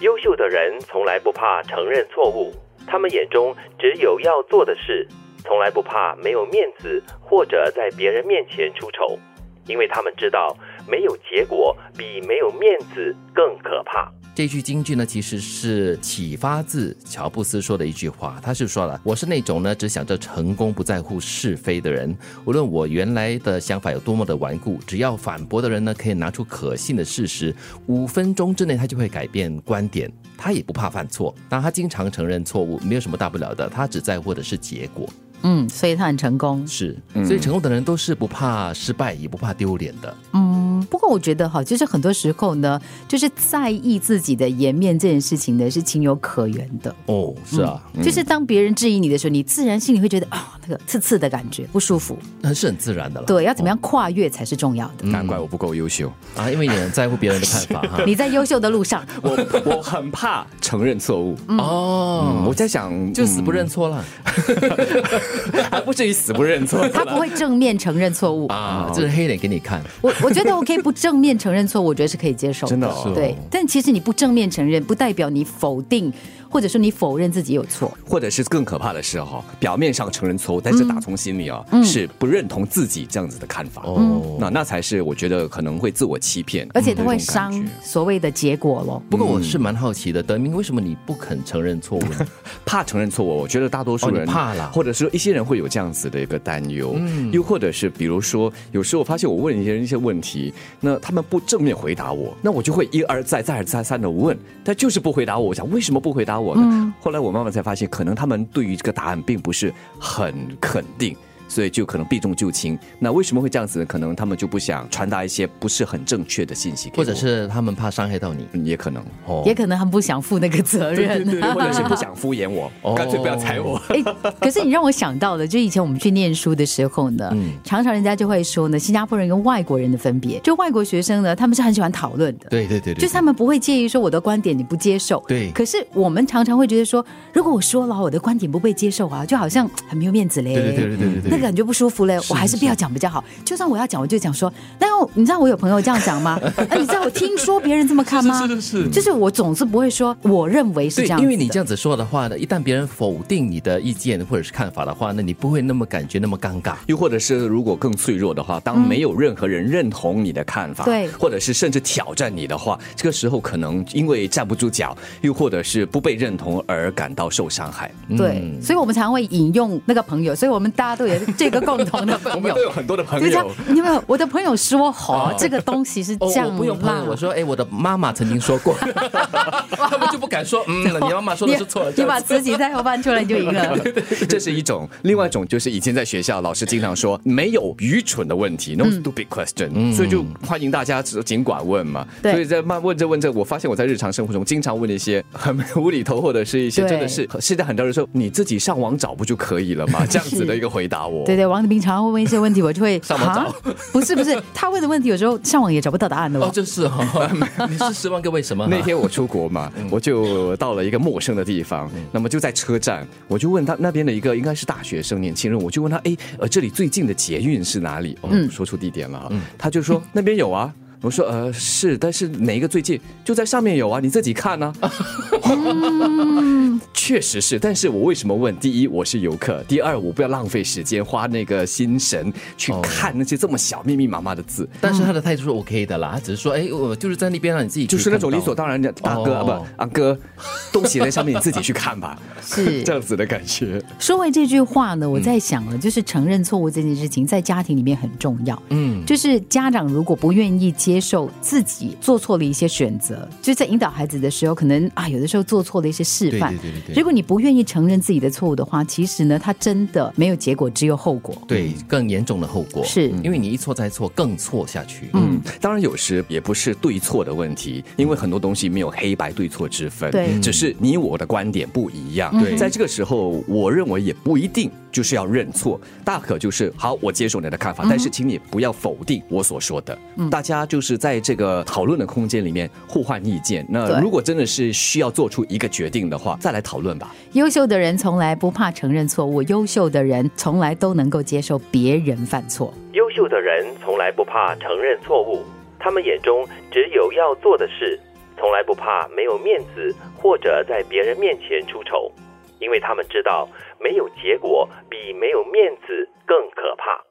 优秀的人从来不怕承认错误，他们眼中只有要做的事，从来不怕没有面子或者在别人面前出丑，因为他们知道没有结果比没有面子更可怕。这句金句呢，其实是启发自乔布斯说的一句话，他是说了：“我是那种呢只想着成功不在乎是非的人，无论我原来的想法有多么的顽固，只要反驳的人呢可以拿出可信的事实，五分钟之内他就会改变观点，他也不怕犯错，那他经常承认错误，没有什么大不了的，他只在乎的是结果。”嗯，所以他很成功。是，所以成功的人都是不怕失败，也不怕丢脸的。嗯，不过我觉得哈，就是很多时候呢，就是在意自己的颜面这件事情呢，是情有可原的。哦，是啊，嗯就是当别人质疑你的时候，你自然心里会觉得啊、那个刺刺的感觉不舒 服。那是很自然的了。对，要怎么样跨越才是重要的。难怪我不够优秀，啊，因为你很在乎别人的看法 哈。你在优秀的路 上，我嗯我很怕承认错误，嗯哦，我在想就死不认错了、嗯 还不至于死不认错。他不会正面承认错误。啊，这是黑脸给你看。我我觉得 OK，不正面承认错误，我觉得是可以接受的。真的哦对是哦，但其实你不正面承认，不代表你否定，或者说你否认自己有错。或者是更可怕的是哈，表面上承认错误，但是打从心里啊、是不认同自己这样子的看法。哦那那才是我觉得可能会自我欺骗，而且它会的那种伤感觉所谓的结果咯。不过我是蛮好奇的，德明，为什么你不肯承认错误呢？怕承认错误，我觉得大多数哦你人、怕嗯啦或者说一些人会有这样子的一个担忧，又或者是比如说，有时候我发现我问一些人一些问题，那他们不正面回答我，那我就会一而再再而三的问，他就是不回答我，我想为什么不回答我呢？后来我慢慢才发现，可能他们对于这个答案并不是很肯定。所以就可能避重就轻。那为什么会这样子呢？可能他们就不想传达一些不是很正确的信息给 我，或者是他们怕伤害到你？嗯也可能，哦也可能他们不想负那个责任。 或者是不想敷衍我，哦干脆不要踩我。哎，可是你让我想到了，就以前我们去念书的时候呢，嗯常常人家就会说呢，新加坡人跟外国人的分别，就外国学生呢，他们是很喜欢讨论的，对对对对，就是他们不会介意说我的观点你不接受，对可是我们常常会觉得说，如果我说了我的观点不被接受啊，就好像嘖很没有面子嘞，对对对对对对对那感觉不舒服嘞，是我还是不要讲比较好。就算我要讲，我就讲说，但我你知道我有朋友这样讲吗？ 哎，你知道我听说别人这么看吗？是是是就是我总是不会说我认为是对这样，子的，因为你这样子说的话呢，一旦别人否定你的意见或者是看法的话，那你不会那么感觉那么尴尬。又或者是如果更脆弱的话，当没有任何人认同你的看法，对或者是甚至挑战你的话，这个时候可能因为站不住脚，又或者是不被认同而感到受伤害。对，嗯所以我们常会引用那个朋友，所以我们大家都有这个共同 的朋 友。很多的朋就是这样，你有没有？我的朋友说，好，这个东西是哦这，样我不用啦怕。我说，哎，我的妈妈曾经说 过，他们就不敢说，嗯， 你妈妈说的是错的。你这样把子自己在后翻出来你就 赢了。这是一种，另外一种就是以前在学校老师经常说没有愚蠢的问题，no 嗯 stupid question，、所以就欢迎大家尽管问嘛。对所以在慢问着问着，我发现我在日常生活中经常问一些很无厘头，或者是一些对真的是现在很多人说你自己上网找不就可以了 嘛，这样子的一个回答我。对对，王德斌常常会问一些问题，我就会上网找啊，不是不是，他问的问题有时候上网也找不到答案的哦哦，。就是哈、哦， 你是十万个为什么、嗯那天我出国嘛，我就到了一个陌生的地方，那么就在车站，我就问他那边的一个应该是大学生年轻人，我就问他，哎，呃，这里最近的捷运是哪里？哦，说出地点了啊，他就说那边有啊。我说呃是，但是哪一个最近就在上面有啊，你自己 看呢、确实是，但是我为什么问？第一，我是游客；第二，我不要浪费时间，花那个心神去哦看那些这么小密密麻麻的字。但是他的态度是 OK 的啦，他只是说，哎，我就是在那边让你自己就是那种理所当当然的，大哥啊哦不，阿哥，都写在上面，你自己去 看吧，是这样子的感觉。说回这句话呢，我嗯在想了，就是承认错误这件事情在家庭里面很重要。嗯，就是家长如果不愿意接受自己做错了一些选择，就在引导孩子的时候，可能啊有的时候做错了一些示范。对对对对对如果你不愿意承认自己的错误的话，其实呢，他真的没有结果，只有后果。对更严重的后果，是因为你一错再错，更错下去。嗯，当然有时也不是对错的问题，因为很多东西没有黑白对错之分，对嗯只是你我的观点不一样。对在这个时候，我认为也不一定就是要认错，大可就是好，我接受你的看嗯法，但是请你不要否定我所说的。大家就是在这个讨论的空间里面互换意见。对那如果真的是需要做出一个决定的话，再来讨论吧。优秀的人从来不怕承认错误，优秀的人从来都能够接受别人犯错。优秀的人从来不怕承认错误，他们眼中只有要做的事，从来不怕没有面子或者在别人面前出丑，因为他们知道没有结果比没有面子更可怕。